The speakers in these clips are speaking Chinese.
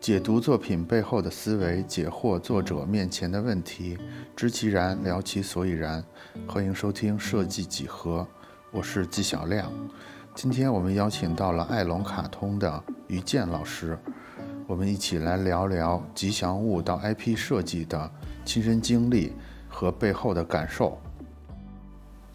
解读作品背后的思维，解惑作者面前的问题，知其然，聊其所以然。欢迎收听《设计几何》，我是纪晓亮。今天我们邀请到了爱龙卡通的于健老师，我们一起来聊聊吉祥物到 IP 设计的亲身经历和背后的感受。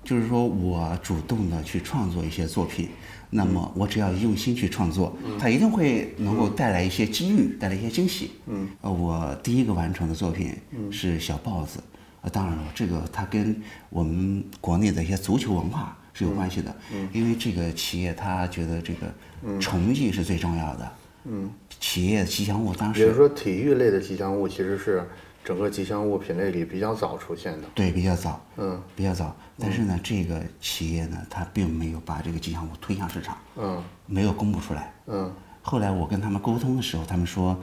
就是说我主动的去创作一些作品，那么我只要用心去创作，它一定会能够带来一些机遇，带来一些惊喜。嗯，呃，我第一个完成的作品是小豹子，呃，当然了，这个它跟我们国内的一些足球文化是有关系的，因为这个企业它觉得这个成绩是最重要的。嗯，企业吉祥物也当就是时说，体育类的吉祥物其实是整个吉祥物品类里比较早出现的。对比较早，嗯比较早，但是呢，这个企业呢，它并没有把这个吉祥物推向市场，嗯没有公布出来。嗯后来我跟他们沟通的时候，他们说，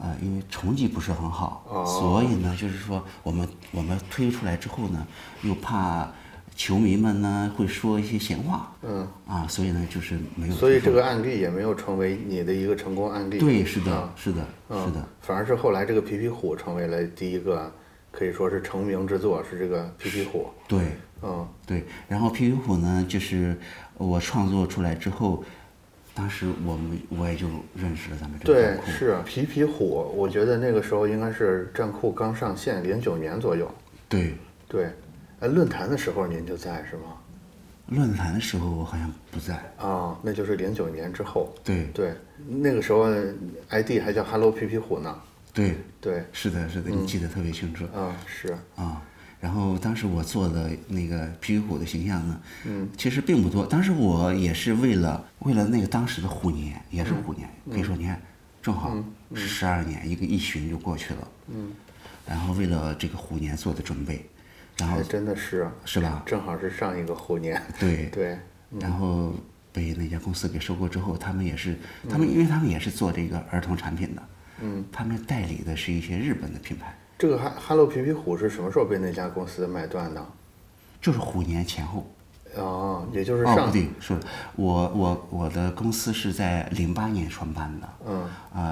呃，因为成绩不是很好，哦所以呢，就是说我们我们推出来之后呢，又怕球迷们呢会说一些闲话，嗯，啊，所以呢就是没有推出来。所以这个案例也没有成为你的一个成功案例。对，是的啊，是的，是的，反而是后来这个皮皮虎成为了第一个可以说是成名之作，是这个皮皮虎。对。嗯对，然后皮皮虎呢，就是我创作出来之后，当时我们我也就认识了咱们，这个对战，库。是皮皮虎。我觉得那个时候应该是战库刚上线，零九年左右。对，对，哎，论坛的时候您就在是吗？论坛的时候我好像不在。啊，那就是零九年之后。对，对，那个时候 ID 还叫 Hello 皮皮虎呢。对，对，是的，是的，你记得特别清楚啊，是，啊。然后当时我做的那个皮皮虎的形象呢，嗯，其实并不多。当时我也是为了为了那个当时的虎年，也是虎年，可以说你看，正好十二年、一个一旬就过去了，嗯。然后为了这个虎年做的准备，然后还真的是，是吧？正好是上一个虎年。 对，嗯对，然后被那家公司给收购之后，他们也是，他们因为他们也是做这个儿童产品的，嗯，他们代理的是一些日本的品牌，这个哈 Hello 皮皮虎是什么时候被那家公司买断的？就是虎年前后。哦，也就是哦，上不对，是我我我的公司是在零八年创办的，嗯，呃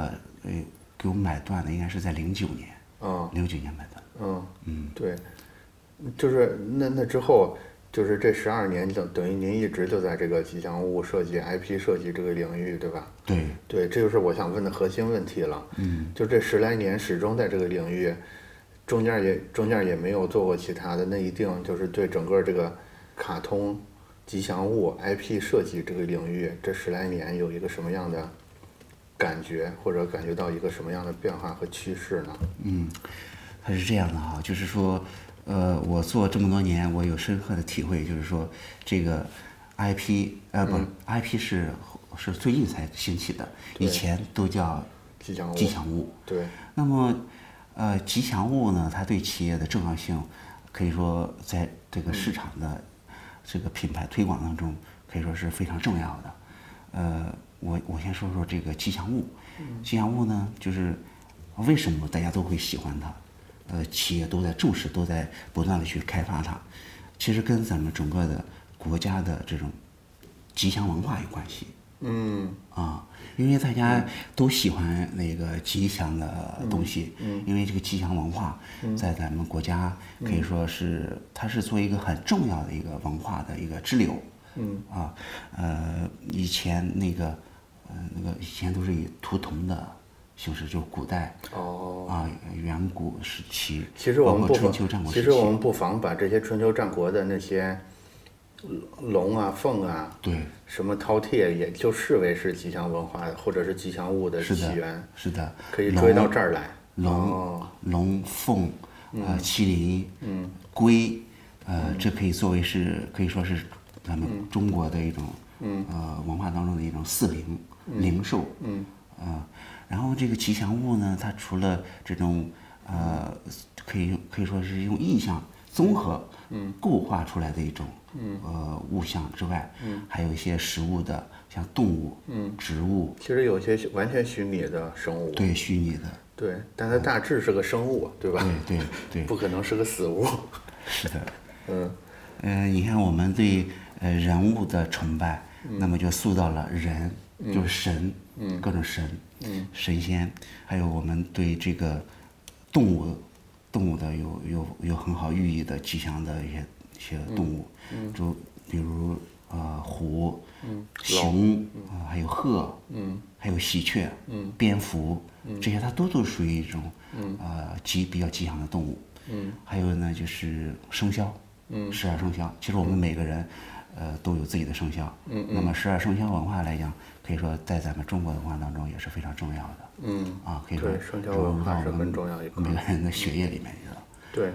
呃，给我买断的应该是在零九年，嗯零九年买断。嗯嗯，对，就是那那之后，就是这十二年等等于您一直就在这个吉祥物设计、IP 设计这个领域，对吧？对，对，这就是我想问的核心问题了。嗯，就这十来年始终在这个领域，中间也中间也没有做过其他的，那一定就是对整个这个卡通、吉祥物、IP 设计这个领域，这十来年有一个什么样的感觉，或者感觉到一个什么样的变化和趋势呢？它是这样的哈，就是说，呃，我做这么多年，我有深刻的体会，就是说，这个 IP，呃，嗯不、i p 是是最近才兴起的，以前都叫吉祥物，吉祥物。对，那么，呃，吉祥物呢，它对企业的重要性，可以说在这个市场的这个品牌推广当中，可以说是非常重要的。呃，我我先说说这个吉祥物。吉祥物呢，就是为什么大家都会喜欢它？呃，企业都在重视，都在不断的去开发它。其实跟咱们整个的国家的这种吉祥文化有关系。嗯啊，因为大家都喜欢那个吉祥嗯的东西，因为这个吉祥文化在咱们国家可嗯以说是它是做一个很重要的一个文化的一个支流，嗯啊，呃，以前那个呃那个以前都是以图腾的形式，就是古代哦。啊远古时期，其实我包们不括春妨，秋战国其时实我期，们不妨把这些春秋战国的那些龙啊、凤啊，对，什么饕餮，也就视为是吉祥文化或者是吉祥物的是起的源，，是的，可以龙追到这儿来。龙哦、龙凤、呃麒麟、嗯龟，呃，这可以作为是可以说是咱们中国的一种呃文化当中的一种四灵灵兽。嗯啊，然后这个吉祥物呢，它除了这种呃，可以可以说是用意象综合构画出来的一种呃物象之外，还有一些实物的，像动物、植物，其实有些完全虚拟的生物，对虚拟的，对，但它大致是个生物，对吧？对对对，不可能是个死 物。是的。嗯呃嗯，你看我们对呃人物的崇拜，那么就塑造了人，就是神，各种神，神仙，还有我们对这个动物，动物的有有有很好寓意的吉祥的一些一些动物，就比如呃虎，熊，啊还有鹤，还有喜鹊，蝙蝠，这些它都都属于一种呃吉比较吉祥的动物。还有呢就是生肖，嗯十二生肖，其实我们每个人。呃，都有自己的生肖。嗯那么十二生肖文化来讲，可以说在咱们中国文化当中也是非常重要的。嗯，啊，可以说对生肖文化是融入到我们很重要一块每个人的血液里面去了。对，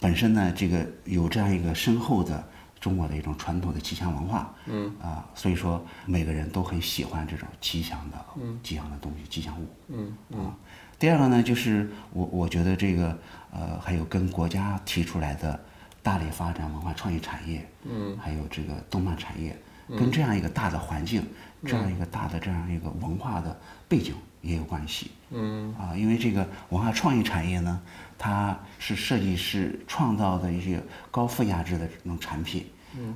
本身呢，这个有这样一个深厚的中国的一种传统的吉祥文化，嗯啊，所以说每个人都很喜欢这种吉祥的、嗯吉祥的东西、吉祥物，嗯啊。第二个呢，就是我我觉得这个呃，还有跟国家提出来的大力发展文化创意产业，嗯，还有这个动漫产业，跟这样一个大的环境，这样一个大的这样一个文化的背景也有关系，啊，因为这个文化创意产业呢，它是设计师创造的一些高附加值的这种产品，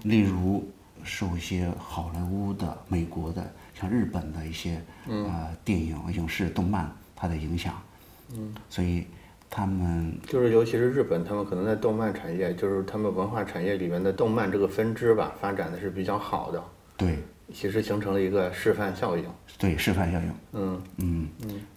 例如受一些好莱坞的、美国的、像日本的一些、呃电影、影视、动漫它的影响，嗯，所以他们就是尤其是日本，他们可能在动漫产业，就是他们文化产业里面的动漫这个分支吧，发展的是比较好的，对其实形成了一个示范效应。对示范效应，嗯嗯，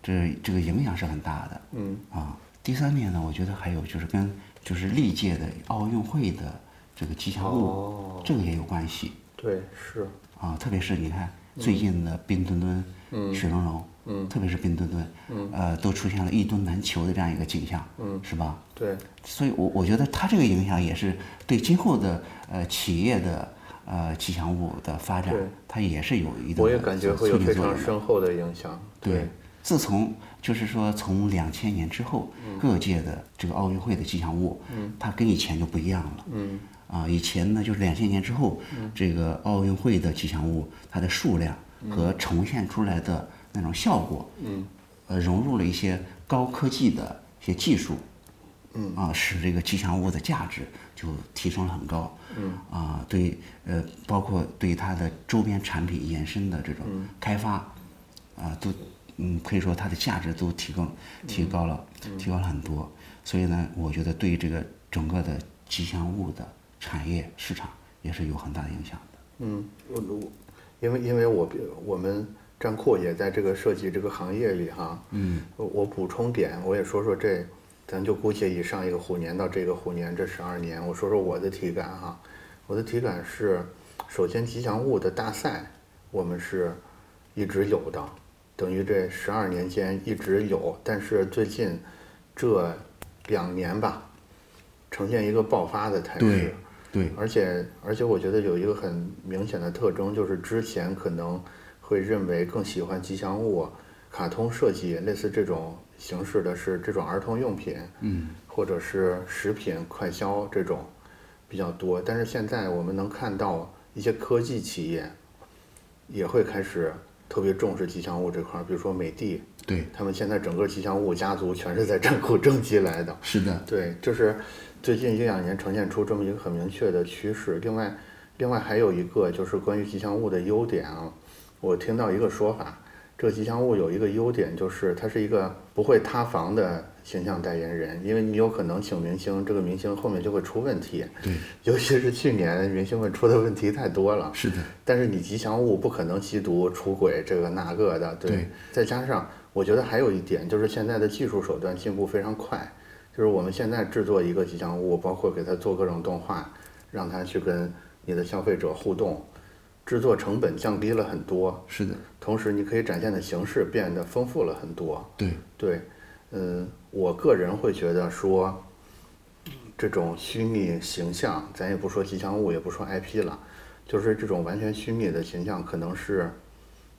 这这个影响是很大的，嗯啊。第三点呢，我觉得还有就是跟就是历届的奥运会的这个吉祥物，哦这个也有关系对，是，啊。特别是你看最近的冰墩墩、雪容融，特别是冰墩墩，呃，都出现了一墩难求的这样一个景象，是吧？对，所以我，我觉得它这个影响也是对今后的呃企业的呃吉祥物的发展对，它也是有一定的我也感觉会有促进非作常用的深厚的影响。对，自从就是说从两千年之后，各界的这个奥运会的吉祥物，嗯它跟以前就不一样了。嗯，啊，以前呢就是两千年之后，嗯这个奥运会的吉祥物它的数量嗯和呈现出来的那种效果，嗯，呃，融入了一些高科技的一些技术，嗯啊，使这个吉祥物的价值就提升了很高。嗯啊，对，呃，包括对它的周边产品延伸的这种开发，啊，都嗯，可以说它的价值都提高提高了，提高了很多。所以呢，我觉得对这个整个的吉祥物的产业市场也是有很大的影响的。嗯，我我，因为因为我我们战阔也在这个设计这个行业里哈，嗯，我补充点，我也说说这，咱就姑且以上一个虎年到这个虎年这十二年，我说说我的体感哈，我的体感是，首先吉祥物的大赛我们是一直有的，等于这十二年间一直有，但是最近这两年吧，呈现一个爆发的态势。对对而且而且我觉得有一个很明显的特征，就是之前可能会认为更喜欢吉祥物、卡通设计，类似这种形式的是这种儿童用品，嗯，或者是食品快销这种比较多。但是现在我们能看到一些科技企业也会开始特别重视吉祥物这块儿，比如说美的，对，他们现在整个吉祥物家族全是在战库征集来的。是的，对，就是最近一两年呈现出这么一个很明确的趋势。另外，另外还有一个就是关于吉祥物的优点啊，我听到一个说法，这个吉祥物有一个优点就是它是一个不会塌房的形象代言人，因为你有可能请明星，这个明星后面就会出问题，对，尤其是去年明星们出的问题太多了。是的，但是你吉祥物不可能吸毒、出轨这个那个的，对。对再加上，我觉得还有一点就是现在的技术手段进步非常快，就是我们现在制作一个吉祥物，包括给它做各种动画，让它去跟你的消费者互动，制作成本降低了很多，是的，同时你可以展现的形式变得丰富了很多。对，对，嗯，我个人会觉得说，这种虚拟形象，咱也不说吉祥物，也不说 IP 了，就是这种完全虚拟的形象，可能是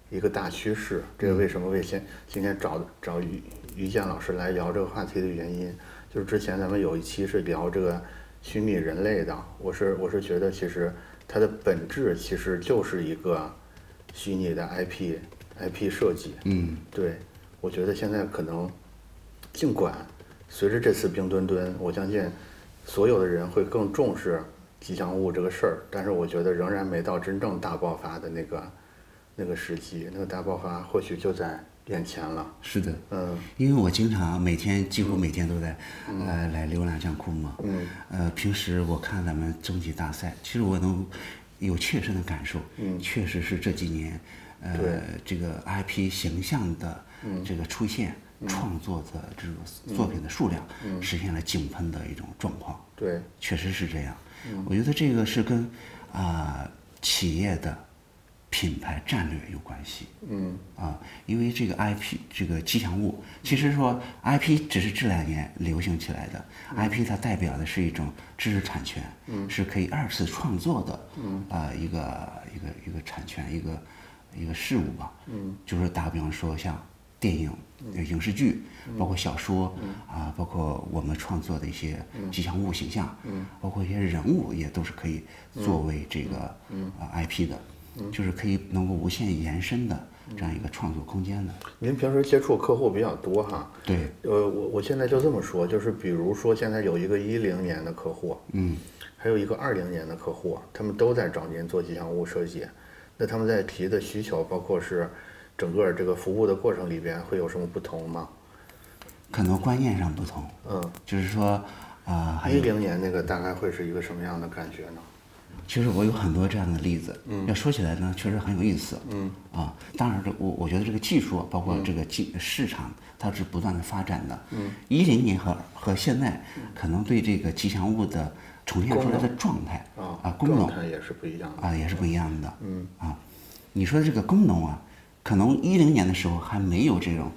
一个大趋势。这个为什么为先今天找找于于健老师来聊这个话题的原因，就是之前咱们有一期是聊这个虚拟人类的，我是我是觉得其实它的本质其实就是一个虚拟的 IP IP 设计，嗯，对，我觉得现在可能，尽管随着这次冰墩墩，我相信所有的人会更重视吉祥物这个事儿，但是我觉得仍然没到真正大爆发的那个那个时机，那个大爆发或许就在眼前了。是的，嗯因为我经常每天几乎每天都在，呃，来浏览这样库嘛。嗯。呃，平时我看咱们征集大赛，其实我能有切身的感受。嗯。确实是这几年，对呃，这个 IP 形象的这个出现，创作的这种作品的数量，实现了井喷的一种状况。对，确实是这样。我觉得这个是跟啊、企业的品牌战略有关系。嗯啊，因为这个 IP 这个吉祥物，其实说 IP 只是这两年流行起来的、IP 它代表的是一种知识产权，是可以二次创作的，嗯，啊、一个一个一个产权，一个一个事物吧，嗯，就是打比方说像电影、呃影视剧，包括小说啊、包括我们创作的一些吉祥物形象，嗯，包括一些人物也都是可以作为这个啊、IP 的，就是可以能够无限延伸的这样一个创作空间的。您平时接触客户比较多哈，对，呃，我我现在就这么说，就是比如说现在有一个一零年的客户，嗯，还有一个二零年的客户，他们都在找您做吉祥物设计，那他们在提的需求，包括是整个这个服务的过程里边会有什么不同吗？可能观念上不同，嗯，就是说啊、还一有零年那个大概会是一个什么样的感觉呢？其实我有很多这样的例子，嗯，要说起来呢，确实很有意思，嗯，啊，当然这我我觉得这个技术啊包括这个技、市场，它是不断的发展的，嗯，一零年和和现在可能对这个吉祥物的呈现出来的状态啊、啊功能状态也是不一样的。啊也是不一样的，嗯啊，你说这个功能啊，可能一零年的时候还没有这种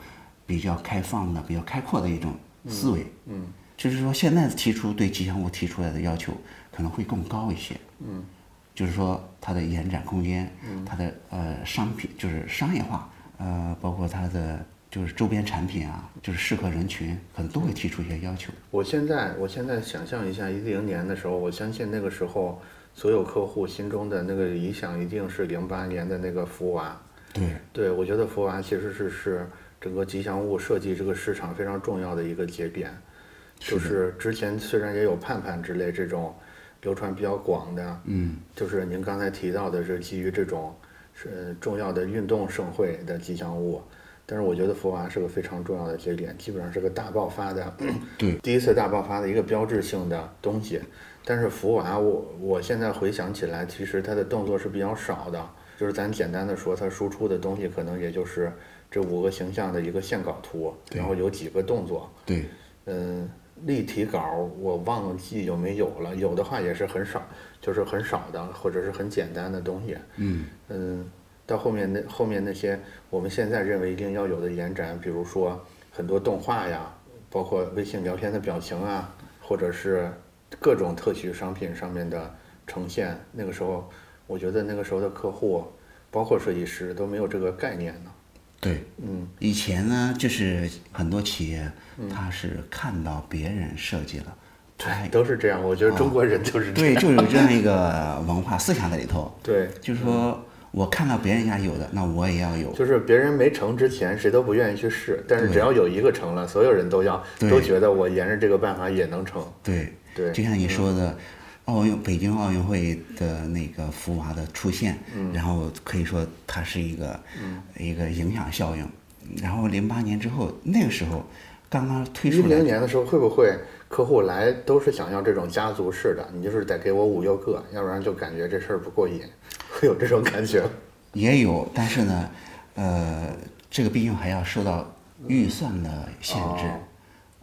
比较开放的、比较开阔的一种思维，嗯，就是说现在提出对吉祥物提出来的要求可能会更高一些，嗯，就是说它的延展空间，它的呃商品就是商业化，呃，包括它的就是周边产品啊，就是适合人群，可能都会提出一些要求，我现在我现在想象一下一零年的时候，我相信那个时候所有客户心中的那个理想一定是零八年的那个福娃。对，对，我觉得福娃其实是是整个吉祥物设计这个市场非常重要的一个节点，就是之前虽然也有盼盼之类这种流传比较广的，嗯，就是您刚才提到的是基于这种是呃重要的运动盛会的吉祥物，但是我觉得福娃是个非常重要的节点，基本上是个大爆发的，对第一次大爆发的一个标志性的东西。但是福娃，我我现在回想起来，其实它的动作是比较少的，就是咱简单的说，它输出的东西可能也就是这五个形象的一个线稿图，然后有几个动作，对，嗯，立体稿儿我忘了记有没有了，有的话也是很少，就是很少的或者是很简单的东西。嗯，嗯，到后面那后面那些我们现在认为一定要有的延展，比如说很多动画呀，包括微信聊天的表情啊，或者是各种特许商品上面的呈现，那个时候我觉得那个时候的客户，包括设计师都没有这个概念呢。对。嗯以前呢，就是很多企业，他是看到别人设计 了，他都是这样，我觉得中国人就是这样。对，就有这样一个文化思想在里头，对就是说我看到别人家有的，那我也要有，就是别人没成之前，谁都不愿意去试，但是只要有一个成了，所有人都要对都觉得我沿着这个办法也能成。对，对就像你说嗯的，奥运北京奥运会的那个福娃的出现，嗯然后可以说它是一个、一个影响效应。然后零八年之后，那个时候刚刚推一出来零，年的时候，会不会客户来都是想要这种家族式的？你就是得给我五六个，要不然就感觉这事儿不过瘾， 会有这种感觉。也有，但是呢，呃，这个毕竟还要受到预算的限制、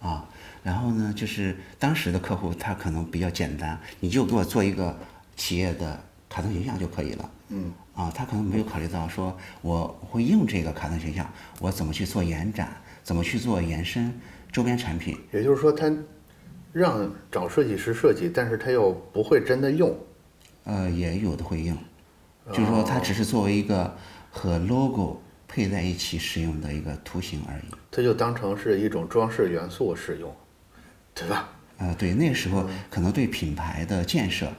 啊。然后呢，就是当时的客户他可能比较简单，你就给我做一个企业的卡通形象就可以了。嗯。啊，他可能没有考虑到说我会用这个卡通形象，我怎么去做延展，怎么去做延伸周边产品。也就是说，他让找设计师设计，但是他又不会真的用。呃，也有的会用，就是说它只是作为一个和 logo 配在一起使用的一个图形而已。它就当成是一种装饰元素使用，对吧？呃，对，那个时候可能对品牌的建设，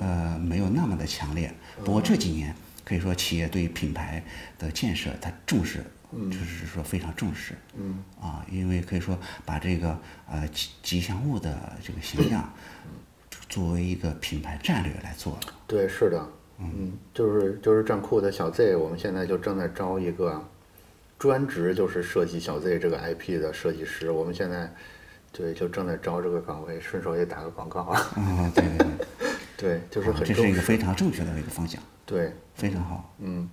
呃，没有那么的强烈。不过这几年可以说企业对品牌的建设，它重视，嗯就是说非常重视。嗯。啊，因为可以说把这个呃吉吉祥物的这个形象，作为一个品牌战略来做了。对，是的，嗯，就是就是站酷的小 Z，我们现在就正在招一个专职就是设计小 Z 这个 IP 的设计师，我们现在对就正在招这个岗位，顺手也打个广告啊，啊、对对对， 对，就是啊很这重是一视个非常正确的一个方向，对，非常好。嗯，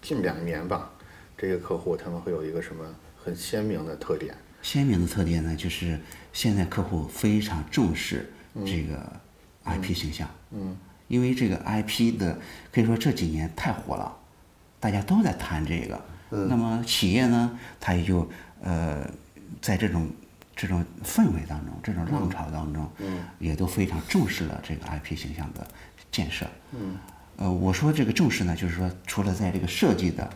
近两年吧，这个客户他们会有一个什么很鲜明的特点，鲜明的特点呢，就是现在客户非常重视嗯这个 IP 形象，嗯，因为这个 IP 的可以说这几年太火了，大家都在谈这个，那么企业呢，它也就呃，在这种这种氛围当中，这种浪潮当中，嗯，也都非常重视了这个 IP 形象的建设，嗯，呃，我说这个重视呢，就是说除了在这个设计的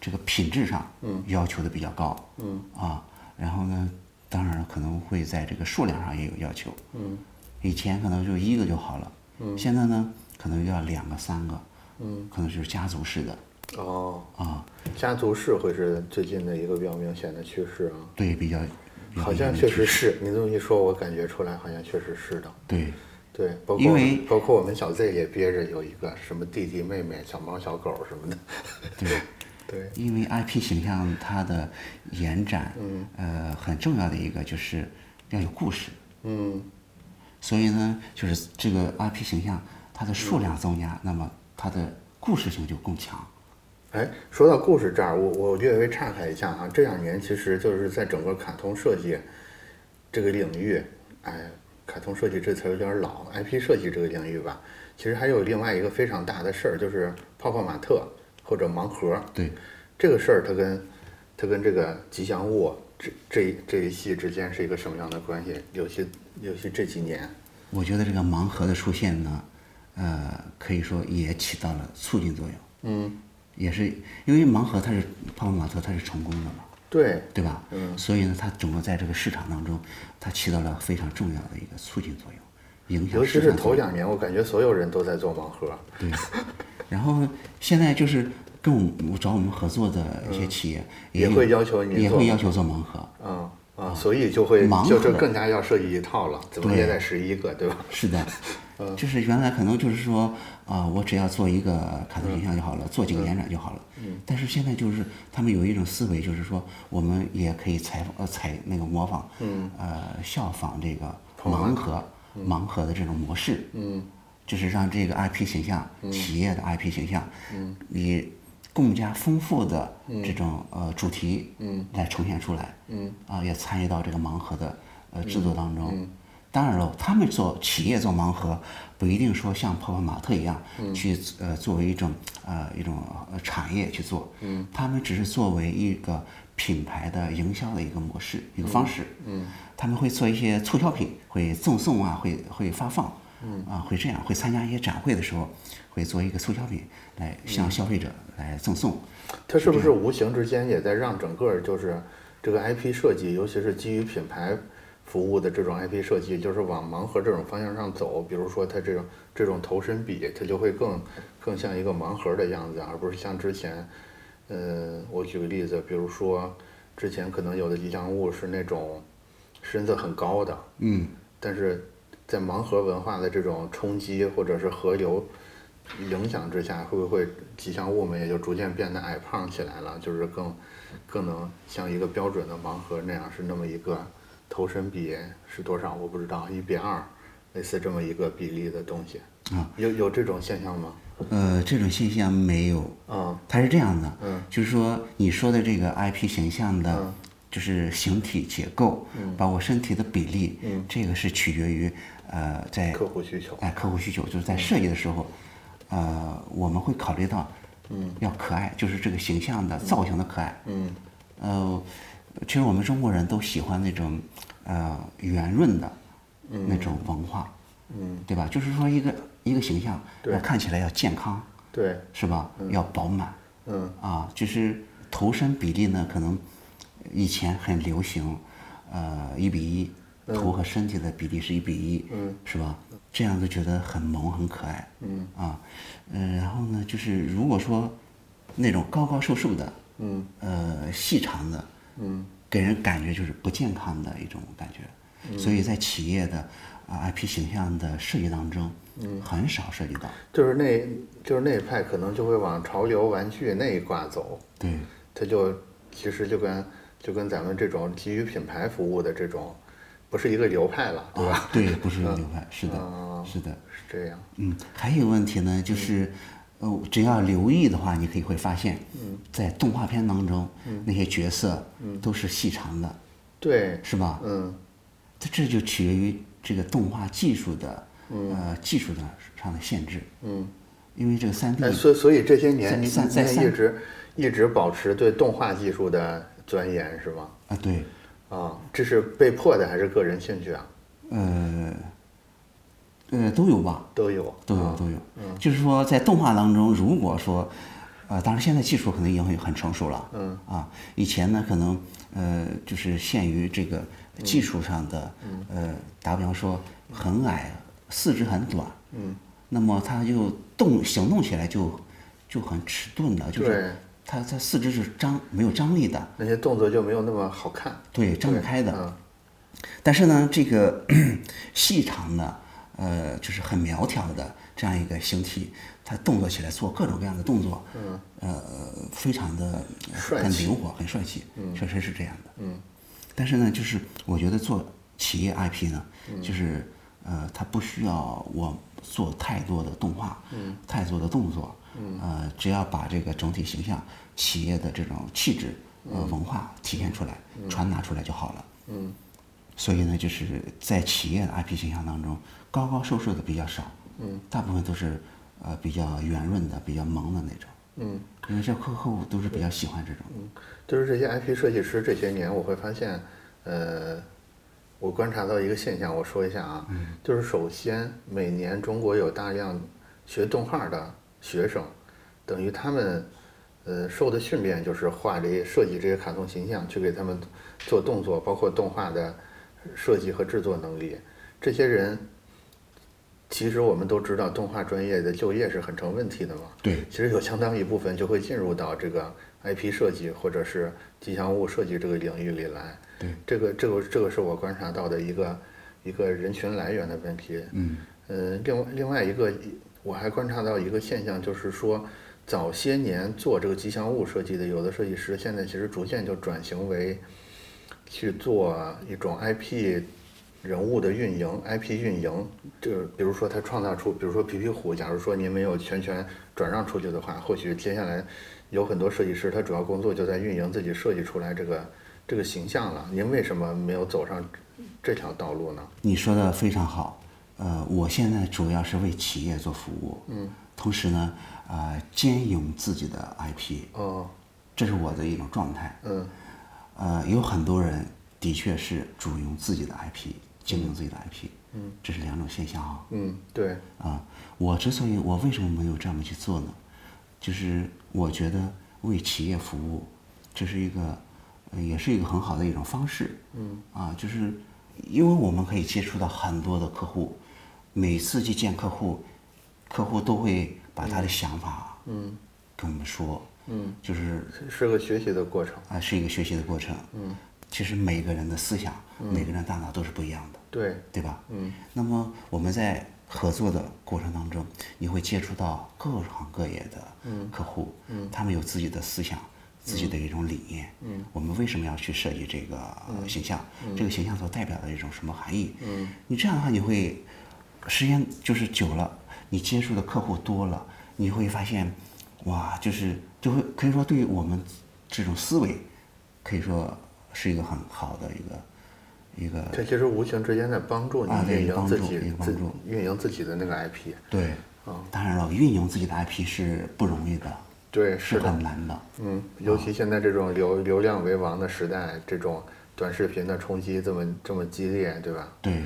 这个品质上，嗯，要求的比较高，嗯，啊，然后呢，当然了可能会在这个数量上也有要求，嗯，以前可能就一个就好了，嗯，现在呢，可能要两个、三个，嗯，可能就是家族式的哦，啊，家族式会是最近的一个比较明显的趋势啊。对，比较，比较好像有确问实题是，你这么一说，我感觉出来，好像确实是的。对，对，包括因为包括我们小 Z 也憋着有一个什么弟弟妹妹、小猫小狗什么的。对。 对，因为 IP 形象它的延展，嗯，呃，很重要的一个就是要有故事，嗯，所以呢，就是这个 IP 形象它的数量增加，那么它的故事性就更强。哎，说到故事这儿，我我略微岔开一下哈、这两年其实就是在整个卡通设计这个领域，哎，卡通设计这词儿有点老，IP 设计这个领域吧，其实还有另外一个非常大的事儿，就是泡泡玛特或者盲盒。对，这个事儿它跟它跟这个吉祥物这这这一系之间是一个什么样的关系？尤其尤其这几年，我觉得这个盲盒的出现呢，呃，可以说也起到了促进作用。嗯，也是因为盲盒它是泡泡玛特它是成功的嘛，对，对吧？嗯，所以呢，它整个在这个市场当中，它起到了非常重要的一个促进作用，影响尤其市是场头走两年，我感觉所有人都在做盲盒。对，然后现在就是跟我们找我们合作的一些企业嗯也有会要求你也做会要求做盲盒，嗯啊，所以就会盲盒就是更加要设计一套了，怎么对也得十一个，对吧？是的，就是原来可能就是说啊、我只要做一个卡通形象就好了，做几个延展就好了，但是现在就是他们有一种思维，就是说我们也可以采呃采那个模仿，嗯，呃效仿这个盲盒盲盒的这种模式，嗯。就是让这个 IP 形象，企业的 IP 形象，嗯，以更加丰富的这种、呃主题，嗯，来呈现出来，嗯，啊，也参与到这个盲盒的呃制作当中。当然了，他们做企业做盲盒，不一定说像泡泡玛特一样、去呃作为一种呃一种呃产业去做，嗯，他们只是作为一个品牌的营销的一个模式一个方式，嗯，他们会做一些促销品，会赠送啊，会会发放，嗯啊，会这样，会参加一些展会的时候，会做一个促销品来向消费者来赠送。它是不是无形之间也在让整个就是这个 IP 设计，尤其是基于品牌服务的这种 IP 设计，就是往盲盒这种方向上走？比如说它这种这种投身比，它就会更更像一个盲盒的样子，而不是像之前，呃，我举个例子，比如说之前可能有的吉祥物是那种身子很高的，嗯，但是在盲盒文化的这种冲击或者是河流影响之下，会不会吉祥物们也就逐渐变得矮胖起来了？就是更更能像一个标准的盲盒那样，是那么一个头身比是多少？我不知道，一比二，类似这么一个比例的东西啊，有有这种现象吗？呃，这种现象没有，嗯它是这样的，嗯就是说你说的这个 IP 形象的，就是形体结构，嗯包括身体的比例，这个是取决于呃在客户嗯需求，哎客户需求，就是在设计的时候，呃我们会考虑到，嗯，要可爱，就是这个形象的造型的可爱，嗯呃，其实我们中国人都喜欢那种呃圆润的那种文化，嗯，对吧？就是说一个一个形象，对要看起来要健康，对，是吧？要饱满嗯啊，就是头身比例呢，可能以前很流行，呃，一比一，头和身体的比例是一比一，嗯，是吧？这样就觉得很萌很可爱，嗯啊，嗯、然后呢，就是如果说那种高高瘦瘦的，嗯呃，细长的，嗯，给人感觉就是不健康的一种感觉。所以在企业的啊 IP 形象的设计当中，很少涉及到。就是那，就是那一派可能就会往潮流玩具那一挂走，对，它就其实就跟就跟咱们这种基于品牌服务的这种，不是一个流派了，对吧？啊，对，不是流派，是的啊，是的。是这样，嗯，还有一个问题呢，就是，嗯呃，只要留意的话，你可以会发现，嗯在动画片当中，那些角色都是细长的，对，是吧？嗯，这这就取决于这个动画技术的，呃，技术的上的限制。嗯，因为这个三 D，哎，所以所以这些年在您在在您嗯三一直一直保持对动画技术的钻研是吗？啊，对，啊，这是被迫的还是个人兴趣啊？呃，呃，都有吧，都有，啊都有都有。就是说，在动画当中，如果说，呃，当然现在技术可能已经很很成熟了，嗯啊，以前呢可能呃就是限于这个技术上的，呃，打比方说很矮，四肢很短，嗯，那么他就动行动起来就就很迟钝的，就对是他他四肢是张没有张力的，那些动作就没有那么好看。对，张不开的。嗯但是呢，这个 细长的，呃，就是很苗条的这样一个形体，它动作起来做各种各样的动作，嗯，呃，非常的帅很气灵活，很帅气，确实是这样的。嗯，但是呢，就是我觉得做企业 IP 呢，就是呃，它不需要我做太多的动画，嗯，太多的动作，嗯，呃，只要把这个整体形象、企业的这种气质、呃，文化体现出来、传达出来就好了。嗯，所以呢，就是在企业的 IP 形象当中，高高瘦瘦的比较少，嗯，大部分都是呃比较圆润的、比较萌的那种，嗯，因为这客户都是比较喜欢这种，就是这些 IP 设计师这些年，我会发现，呃，我观察到一个现象，我说一下啊，就是首先每年中国有大量学动画的学生，等于他们，呃，受的训练就是画这些设计这些卡通形象，去给他们做动作，包括动画的设计和制作能力。这些人，其实我们都知道，动画专业的就业是很成问题的嘛。对，其实有相当一部分就会进入到这个 IP 设计或者是吉祥物设计这个领域里来。对，这个这个这个是我观察到的一个一个人群来源的问题。嗯，呃，另外另外一个我还观察到一个现象，就是说早些年做这个吉祥物设计的有的设计师，现在其实逐渐就转型为去做一种 IP 人物的运营，IP 运营，就是比如说他创造出，比如说皮皮虎，假如说您没有全权转让出去的话，或许接下来有很多设计师，他主要工作就在运营自己设计出来这个这个形象了。您为什么没有走上这条道路呢？你说的非常好，呃，我现在主要是为企业做服务，嗯，同时呢，呃，兼营自己的 IP，哦，这是我的一种状态，嗯呃，有很多人的确是主用自己的 IP，经营自己的 IP，嗯，这是两种现象啊，嗯，对，啊，我之所以我为什么没有这么去做呢？就是我觉得为企业服务，这是一个，呃也是一个很好的一种方式。嗯，啊，就是因为我们可以接触到很多的客户，每次去见客户，客户都会把他的想法，嗯，跟我们说，嗯，就是是个学习的过程。啊，是一个学习的过程。嗯，其实每个人的思想，每个人的大脑都是不一样的。对，对吧？嗯。那么我们在合作的过程当中，你会接触到各行各业的客户，嗯，他们有自己的思想，自己的一种理念，嗯，我们为什么要去设计这个呃形象？这个形象所代表的一种什么含义？嗯，你这样的话，你会时间就是久了，你接触的客户多了，你会发现，哇，就是就会可以说对于我们这种思维，可以说是一个很好的一个一个这其实无形之间在帮助你啊对运营帮自助己一个帮自助运营自己的那个 IP。对，当然了，运营自己的 IP 是不容易的，对，是是的很。难的。嗯，尤其现在这种流流量为王的时代，这种短视频的冲击这么这么激烈，对吧？ 对，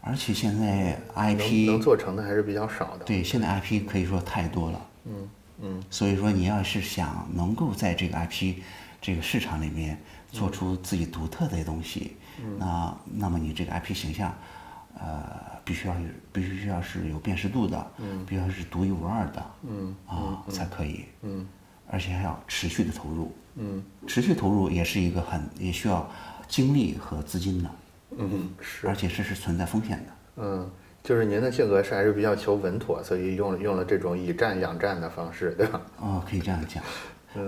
而且现在能能 IP 做成的还是比较少的。对现在 IP 可以说太多了。嗯嗯，所以说你要是想能够在这个 IP 这个市场里面做出自己独特的东西，那那么你这个 IP 形象，呃，必须要有必须要是有辨识度的，嗯，必须要是独一无二的，嗯啊才可以，嗯，而且还要持续的投入，嗯，持续投入也是一个很也需要精力和资金的，嗯，是而，且这是存在风险的。嗯，就是您的性格是还是比较求稳妥，所以用了用了这种以战养战的方式，对吧？哦，可以这样讲。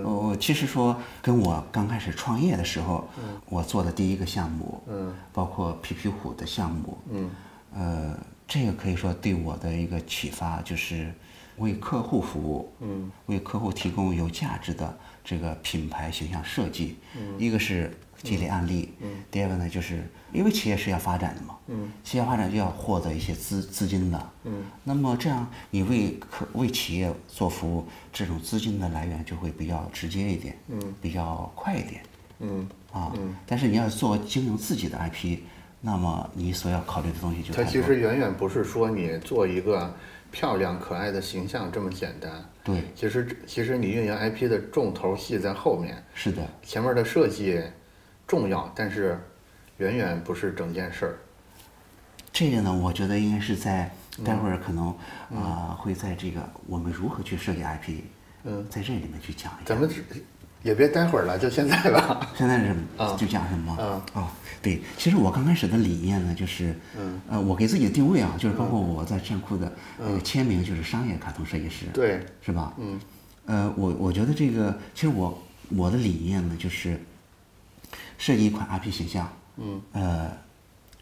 我我其实说，跟我刚开始创业的时候，我做的第一个项目，嗯，包括皮皮虎的项目，嗯，呃，这个可以说对我的一个启发就是为客户服务，嗯，为客户提供有价值的这个品牌形象设计，嗯，一个是积累案例，嗯，第二个呢，就是因为企业是要发展的嘛，嗯，企业发展就要获得一些资资金的，嗯，那么这样你为客为企业做服务，这种资金的来源就会比较直接一点，嗯，比较快一点，嗯，啊，但是你要做经营自己的 IP，那么你所要考虑的东西就它太其多。实远远不是说你做一个漂亮可爱的形象这么简单。对，其实其实你运营 IP 的重头戏在后面，是的，前面的设计重要，但是远远不是整件事儿。这个呢，我觉得应该是在嗯待会儿可能啊、呃会在这个我们如何去设计 IP，嗯，在这里面去讲一下。咱们只也别待会儿了，就 现在吧。现在是啊就讲什么啊哦，对，其实我刚开始的理念呢，就是，嗯，呃，我给自己的定位啊，就是包括我在战库的呃签名就是商业卡通设计师，对，是吧？嗯，呃，我我觉得这个，其实我我的理念呢，就是设计一款 IP 形象，嗯，呃，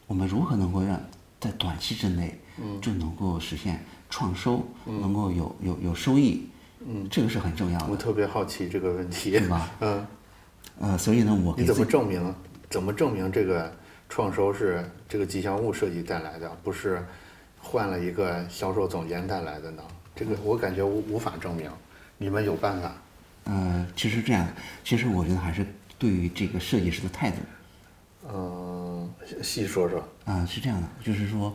我们如何能够让在短期之内，嗯，就能够实现创收，能够有有有收益，嗯，这个是很重要嗯我的，特别好奇这个问题是吧。嗯，呃，所以呢，我 你给怎自么己证明？怎么证明这个创收是这个吉祥物设计带来的，不是换了一个销售总监带来的呢？这个我感觉无无法证明。你们有办法？呃，其实这样，其实我觉得还是对于这个设计师的态度，嗯，细细说说。啊、是这样的，就是说，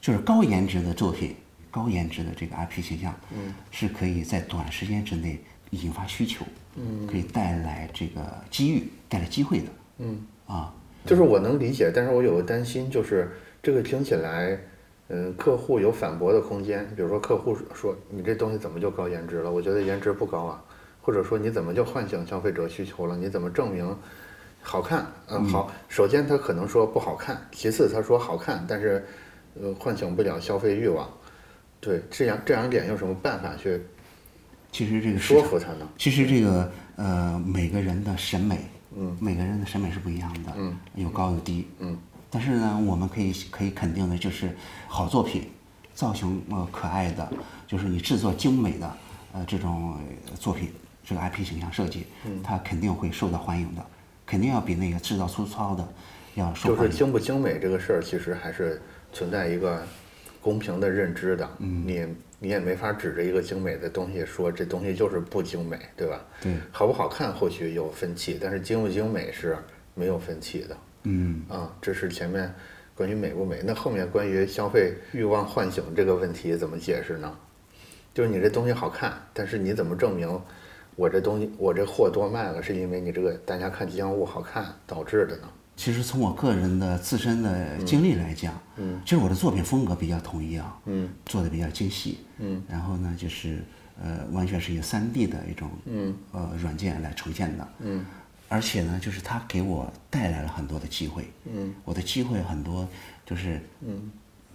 就是高颜值的作品，高颜值的这个 IP 形象，嗯，是可以在短时间之内引发需求，嗯，可以带来这个机遇，带来机会的，嗯，啊，就是我能理解，但是我有个担心，就是这个听起来，嗯，客户有反驳的空间。比如说，客户说你这东西怎么就高颜值了？我觉得颜值不高啊，或者说你怎么就唤醒消费者需求了？你怎么证明好看？嗯，好，首先他可能说不好看，其次他说好看，但是呃，唤醒不了消费欲望。对，这样这两点有什么办法去其实这个市说场服他呢？其实这个呃，每个人的审美，嗯，每个人的审美是不一样的，嗯，有高有低，嗯。但是呢，我们可以可以肯定的就是，好作品，造型呃可爱的，就是你制作精美的，呃这种呃作品，这个 IP 形象设计，它肯定会受到欢迎的，肯定要比那个制造粗糙的要受就欢是迎。精不精美这个事儿，其实还是存在一个公平的认知的。嗯，你你也没法指着一个精美的东西说这东西就是不精美，对吧？对，好不好看或许有分歧，但是精不精美是没有分歧的。嗯，啊，这是前面关于美不美。那后面关于消费欲望唤醒这个问题怎么解释呢？就是你这东西好看，但是你怎么证明我这东西我这货多卖了，是因为你这个大家看吉祥物好看导致的呢？其实从我个人的自身的经历来讲，嗯，其实我的作品风格比较统一啊，嗯，做的比较精细，嗯，然后呢就是呃，完全是以三 D 的一种嗯呃软件来呈现的，嗯，而且呢就是它给我带来了很多的机会，嗯，我的机会很多就是嗯，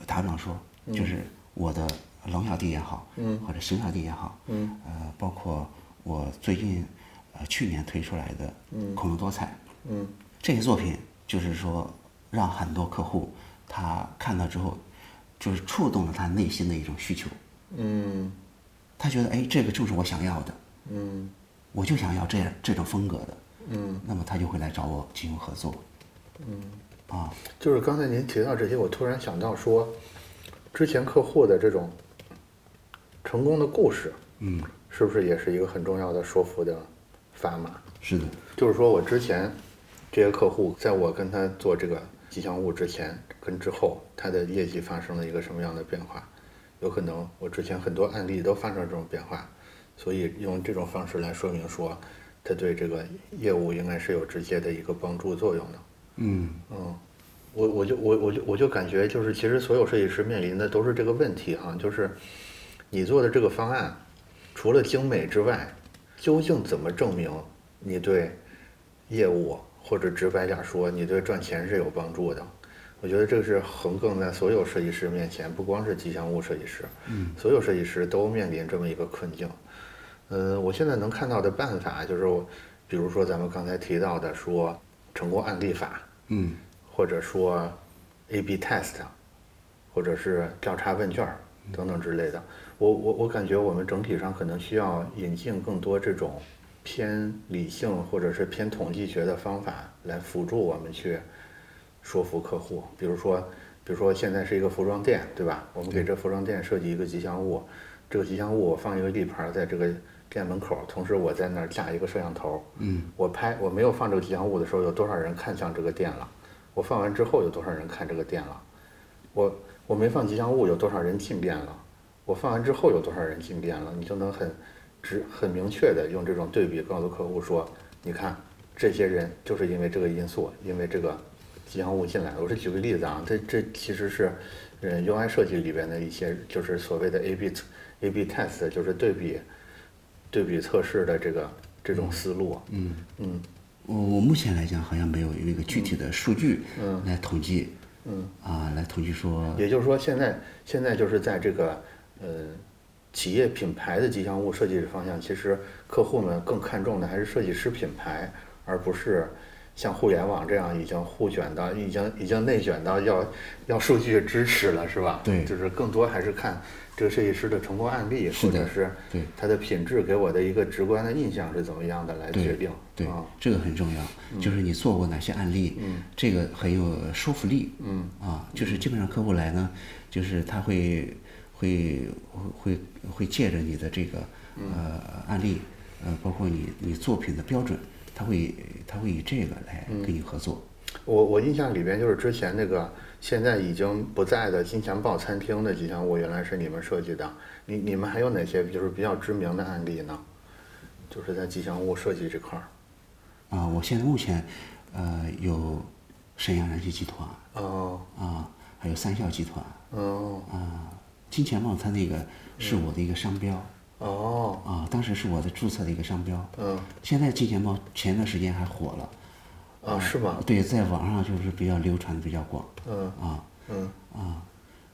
打比方说就是我的龙小弟也好，嗯，或者熊小弟也好，嗯，呃，包括我最近呃去年推出来的恐龙多彩，嗯这些作品就是说让很多客户他看到之后，就是触动了他内心的一种需求，嗯。他觉得哎，这个就是我想要的，嗯我就想要这样这种风格的，嗯，那么他就会来找我进行合作，嗯，啊，就是刚才您提到这些，我突然想到说，之前客户的这种成功的故事，嗯，是不是也是一个很重要的说服的砝码？是的，就是说我之前这些客户，在我跟他做这个吉祥物之前跟之后，他的业绩发生了一个什么样的变化？有可能我之前很多案例都发生了这种变化，所以用这种方式来说明说，他对这个业务应该是有直接的一个帮助作用的。嗯，嗯，我我就我我就我就感觉就是，其实所有设计师面临的都是这个问题哈、就是你做的这个方案，除了精美之外，究竟怎么证明你对业务或者直白点说，你对赚钱是有帮助的？我觉得这个是横亘在所有设计师面前，不光是吉祥物设计师，所有设计师都面临这么一个困境。嗯，我现在能看到的办法就是我，比如说咱们刚才提到的说成功案例法，嗯，或者说 A/B test，或者是调查问卷儿等等之类的。我我我感觉我们整体上可能需要引进更多这种偏理性或者是偏统计学的方法来辅助我们去说服客户。比如说，比如说现在是一个服装店，对吧？我们给这服装店设计一个吉祥物，这个吉祥物我放一个立牌儿在这个店门口儿，同时我在那儿架一个摄像头。嗯，我拍我没有放这个吉祥物的时候，有多少人看向这个店了？我放完之后有多少人看这个店了？我我没放吉祥物，有多少人进店了？我放完之后有多少人进店了？你就能很直、很明确的用这种对比告诉客户说，你看这些人就是因为这个因素，因为这个吉祥物进来了。我是举个例子啊，这这其实是，嗯，UI 设计里边的一些就是所谓的 A/B A/B test，就是对比对比测试的这个这种思路。嗯嗯我我目前来讲好像没有一个具体的数据来统计，嗯啊，来统计说，也就是说，现在现在就是在这个呃企业品牌的吉祥物设计这方向，其实客户们更看重的还是设计师品牌，而不是像互联网这样已经互卷到已经已经内卷到要要数据支持了，是吧？对就是更多还是看这个设计师的成功案例，是或的者是对它的品质给我的一个直观的印象是怎么样的来对决定。对啊，这个很重要，就是你做过哪些案例，这个很有说服力，嗯啊，就是基本上客户来呢，就是他会会会会借着你的这个呃案例，呃，包括你你作品的标准，他会他会以这个来跟你合作，我我印象里边就是之前那个现在已经不在的金钱豹餐厅的吉祥物，原来是你们设计的。你你们还有哪些就是比较知名的案例呢？就是在吉祥物设计这块儿。啊，我现在目前呃有沈阳燃气集团哦啊，还有三笑集团哦啊，金钱豹它那个是我的一个商标。哦，啊，当时是我的注册的一个商标。嗯，现在金钱豹前段时间还火了，啊是吗？对，在网上就是比较流传的比较广。嗯啊嗯啊，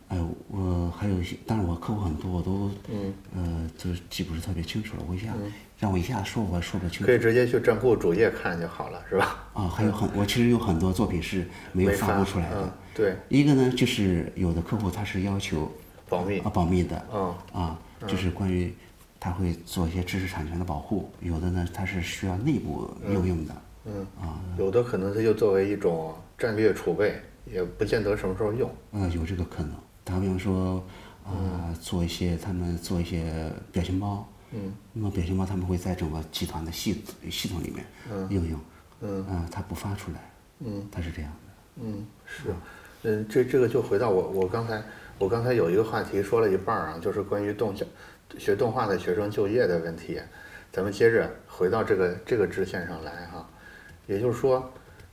哎，我还有一些，但是我客户很多，我都嗯呃，就是记不是特别清楚了。我一下、让我一下说，我也说不嗯清可以楚。直接去站酷主页看就好了，是吧？啊，还有很，我其实有很多作品是没有没发布出来的。嗯，对，一个呢，就是有的客户他是要求保密啊。保密的，嗯啊，就是关于他会做一些知识产权的保护，有的呢它是需要内部应用的，嗯有的可能它就作为一种战略储备，也不见得什么时候用。呃，有这个可能。打比方说，呃，做一些他们做一些表情包，嗯，那么表情包他们会在整个集团的系系统里面应用，嗯，啊，它不发出来，嗯，它是这样的，嗯，是，嗯，这这个就回到我我刚才我刚才有一个话题说了一半儿啊，就是关于动小学动画的学生就业的问题，咱们接着回到这个这个支线上来哈、也就是说，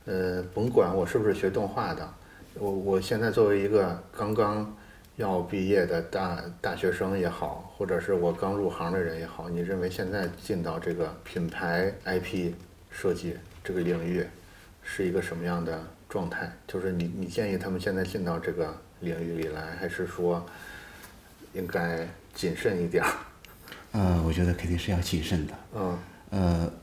呃，甭管我是不是学动画的，我我现在作为一个刚刚要毕业的大大学生也好，或者是我刚入行的人也好，你认为现在进到这个品牌 IP 设计这个领域，是一个什么样的状态？就是你你建议他们现在进到这个领域里来，还是说应该谨慎一点儿？呃，我觉得肯定是要谨慎的，嗯呃，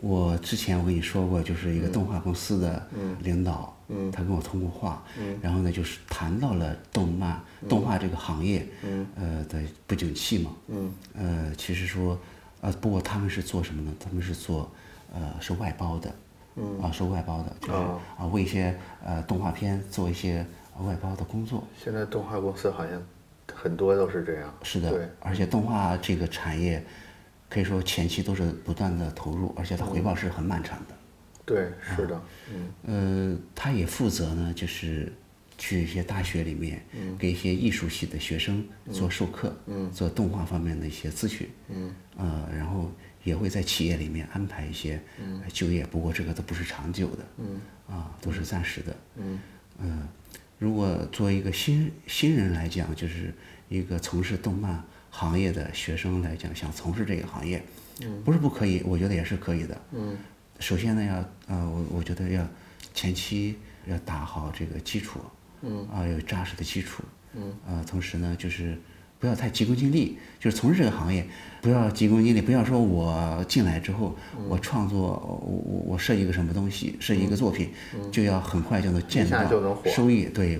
我之前我跟你说过，就是一个动画公司的领导，他跟我通过话，然后呢，就是谈到了动漫、动画这个行业，呃的不景气嘛，嗯呃，其实说，呃，不过他们是做什么呢？他们是做，呃，是外包的，啊，是外包的，就是嗯哦啊，为一些呃动画片做一些呃外包的工作，现在动画公司好像很多都是这样。是对的，，而且动画这个产业，可以说前期都是不断的投入，而且它回报是很漫长的。对，是的，嗯呃，他也负责呢，就是去一些大学里面，嗯给一些艺术系的学生做授课，做动画方面的一些咨询，嗯，呃，然后也会在企业里面安排一些呃就业，不过这个都不是长久的，嗯，啊，都是暂时的，嗯，呃，如果作为一个新新人来讲，就是一个从事动漫行业的学生来讲，想从事这个行业，不是不可以，我觉得也是可以的，嗯。首先呢，要呃，我我觉得要前期要打好这个基础，嗯，啊、有扎实的基础，嗯，呃，同时呢，就是不要太急功近利，就是从事这个行业不要急功近利，不要说我进来之后、嗯我创作，我我我设计个什么东西，设计一个作品，就要很快就能见嗯下到就能火嗯收益，对，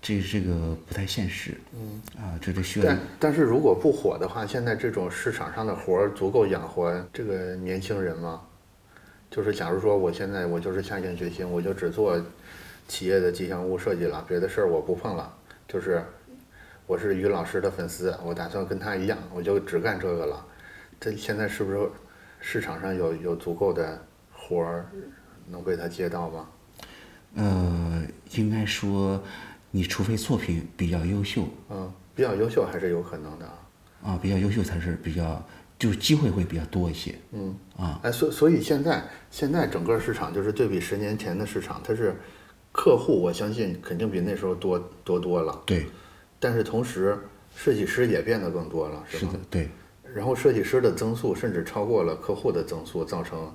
这这个不太现实，嗯，啊，这得需要但但是如果不火的话，现在这种市场上的活儿足够养活这个年轻人吗？就是假如说我现在我就是下定决心，我就只做企业的吉祥物设计了，别的事儿我不碰了。就是我是于老师的粉丝，我打算跟他一样，我就只干这个了。这现在是不是市场上有有足够的活儿能被他接到吗？呃，应该说，你除非作品比较优秀嗯，比较优秀还是有可能的啊。啊，比较优秀才是比较，就是机会会比较多一些。嗯啊，哎，所所以现在现在整个市场就是对比十年前的市场，它是客户，我相信肯定比那时候多多多了。对，但是同时，设计师也变得更多了，是吗的？，对，然后设计师的增速甚至超过了客户的增速，造成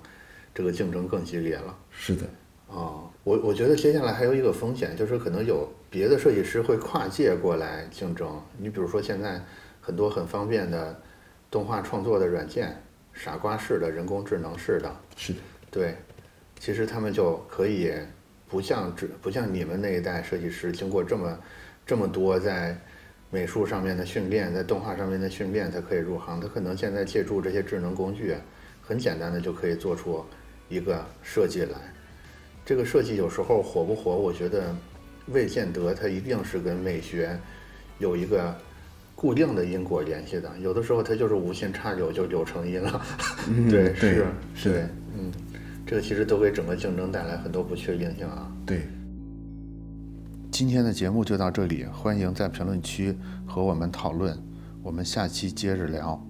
这个竞争更激烈了。是的，哦，我我觉得接下来还有一个风险，就是可能有别的设计师会跨界过来竞争。你比如说，现在很多很方便的动画创作的软件，傻瓜式的、人工智能式的，是的，对，其实他们就可以不像只不像你们那一代设计师，经过这么这么多在美术上面的训练，在动画上面的训练才可以入行。他可能现在借助这些智能工具，啊很简单的就可以做出一个设计来。这个设计有时候火不火，我觉得未见得它一定是跟美学有一个固定的因果联系的，有的时候它就是无心插柳就柳成荫了。嗯对，嗯对是，啊是对，嗯，这个其实都给整个竞争带来很多不确定性啊。对，今天的节目就到这里，欢迎在评论区和我们讨论，我们下期接着聊。